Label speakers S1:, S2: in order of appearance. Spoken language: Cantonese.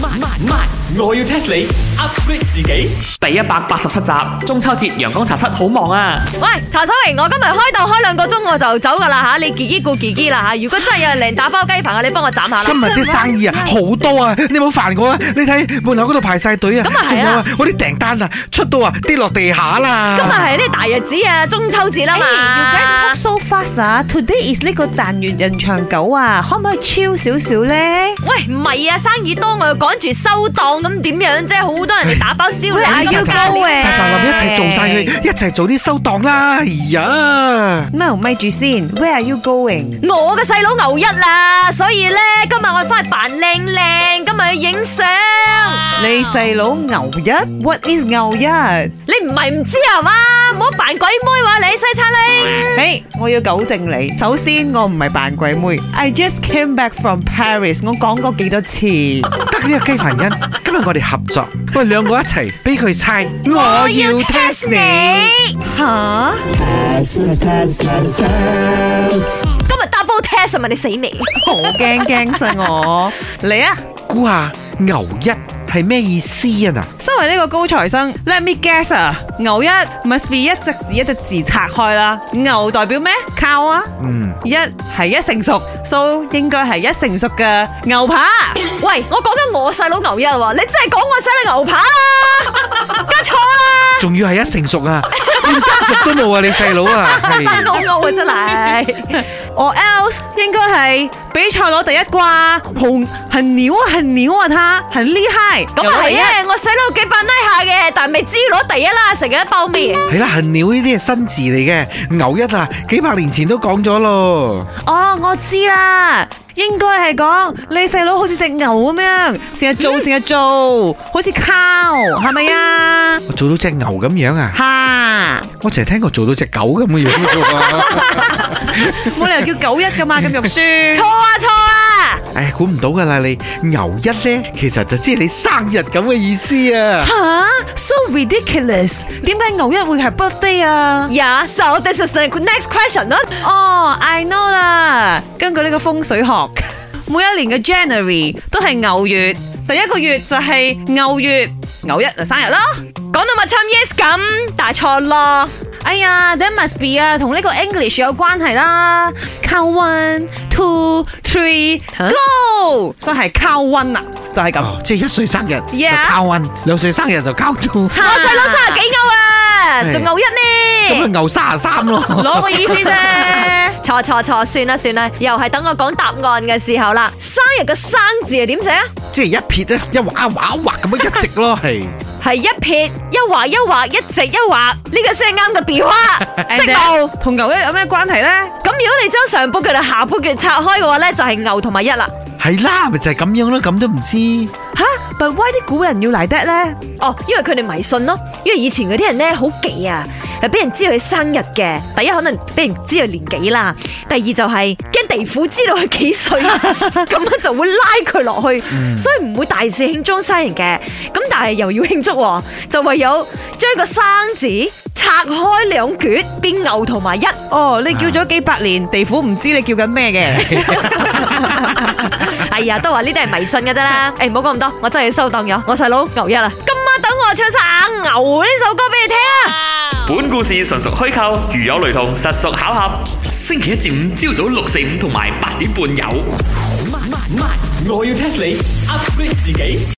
S1: 慢慢慢，我要 test 你 upgrade 自己。
S2: 第一百八十七集，中秋節陽光茶室好忙啊！
S3: 喂，茶水榮，我今日開檔開兩個鐘我就走噶啦吓，你自己顧自己啦吓。如果真係有人嚟打包雞棚啊，你幫我斬下
S4: 今日
S3: 啦。
S4: 啲生意啊好多啊，你唔好煩我啊！你睇門口嗰度排晒隊啊
S3: 咁啊，係
S4: 仲有
S3: 啊
S4: 啊，我啲訂單啊出到啊跌落地下啦。
S3: 今日係呢大日子啊，中秋節啦
S5: Hey, you guys
S3: 嘛
S5: talk。so fast 啊！Today is 呢個但願人長久啊，可唔可以超少少咧？
S3: 喂，唔係啊，生意多我又趕住收檔，咁點樣啫？好多人嚟打包燒
S5: 喂
S3: 兩
S5: ，are
S3: 個
S5: you
S3: 鐘加料
S5: going？
S4: 扎扎林一齊做晒佢，一齊早啲收檔啦！哎呀，
S5: No，咪住先，Where are you going？
S3: 我嘅細佬牛一啦，所以咧今日我翻去扮靚靚，今日去影相。Ờ.
S5: 你細佬牛一，What is 牛一？
S3: 你唔係唔知係嘛？唔好扮鬼妹話你西餐你。
S5: 誒，我要糾正你。首先，我唔係扮鬼妹，I just came back from Paris。我講過幾多次？
S4: 得呢個基凡恩， 今日我哋合作，喂兩個一齊俾佢猜，我要 test 你。
S5: 吓？
S3: 今日 double test 啊嘛，你死未？
S5: 好驚驚晒我！嚟啊！
S4: 估下牛一係咩意思啊？嗱，
S5: 身為呢個高材生，Let me guess 啊，牛一 must be 一隻字一隻字拆開啦。牛代表咩？靠啊！
S4: 嗯，
S5: 一係一成熟，so 應該係一成熟嘅牛扒。
S3: 喂，我講緊我細佬牛一啊喎，你真係講我細佬牛扒 啦，梗係錯啦，
S4: 仲要係一成熟啊，連三十都冇啊！你細佬啊，
S3: 生
S4: 係
S3: 牛牛啊真 係，
S5: or else 應該係比賽攞第一啩，紅很牛啊，很牛啊，他很厲害。
S3: 咁
S5: 又
S3: 啊
S5: 攞第一
S3: 係啊，我細佬幾扮拉下嘅，但係未至於攞第一啦，成日都爆面。
S4: 係啦，恨鳥呢啲係新字嚟嘅，牛一啊，幾百年前都講咗咯。
S5: 哦，我知啦，應該係講你細佬好似隻牛咁樣，成日做成日做，好似 cow 係咪啊？
S4: 我做到只牛咁樣啊！
S5: 哈！
S4: 我淨係聽過做到只狗咁嘅樣啫 喎。
S5: 冇理由叫九一噶嘛，咁肉
S3: 錯
S5: 酸。
S3: 啊錯啊，
S4: 唉，估唔到噶啦你牛一咧，其實就知係你生日咁嘅意思啊！
S5: 吓，so ridiculous！點解牛一會係 birthday 啊？
S3: 呀，so this is the next question 啦。
S5: 哦，I know 啦，根據呢個風水學， 每一年嘅 January 都係牛月，第一個月就係牛月，牛一就生日啦。
S3: 講到咪 chum yes 咁，但係錯咯。
S5: 哎呀，that must be 啊，同呢個 English 有關係啦。Count one, two, three,
S3: 吓
S5: go，所以係 count one 啊，就係咁。
S4: 哦，即係一歲生日就
S5: Yeah
S4: 交運，兩歲生日就交到，咁
S3: 我細佬三十幾牛啊，仲牛一
S4: 啊
S3: 呢。
S4: 牛三十三 咯。
S5: 攞個意思啫。
S3: 錯錯錯，算啦算啦，又係等我講答案嘅時候啦。生日嘅生字係點寫啊？
S4: 即係一撇咧，一畫一畫一畫咁樣一直咯，係
S3: 係一撇一畫一畫一直一畫，呢個先係啱嘅變化，即牛。
S5: 牛同牛一有咩關係咧？
S3: 咁如果你將上半句同下半句拆開嘅話咧，就係牛同埋一啦。
S4: 係啦，咪就係咁樣咯，咁都唔知。
S5: 吓，But why 啲古人要嚟得咧？
S3: 哦，因為佢哋迷信咯，因為以前嗰啲人咧好忌啊，係俾人知道佢生日嘅。第一可能俾人知道年紀啦，第二就係驚地府知道佢幾歲，咁樣就會拉佢落去，所以唔會大肆慶祝生日嘅。咁但係又要慶祝喎，就唯有將個生字拆開兩橛，變牛同埋一。
S5: 哦，你叫咗幾百年，地府唔知你叫緊咩嘅。
S3: 哎呀，都話呢啲係迷信嘅啫啦。哎誒，唔好講咁多，我真係要收檔咗。我細佬牛一啦，今晚等我唱晒《阿牛》呢首歌俾你聽啊！
S1: 本故事純屬虛構，如有雷同，實屬巧合。星期一至五朝早六四五同埋八點半有。我要 test 你 upgrade 自己。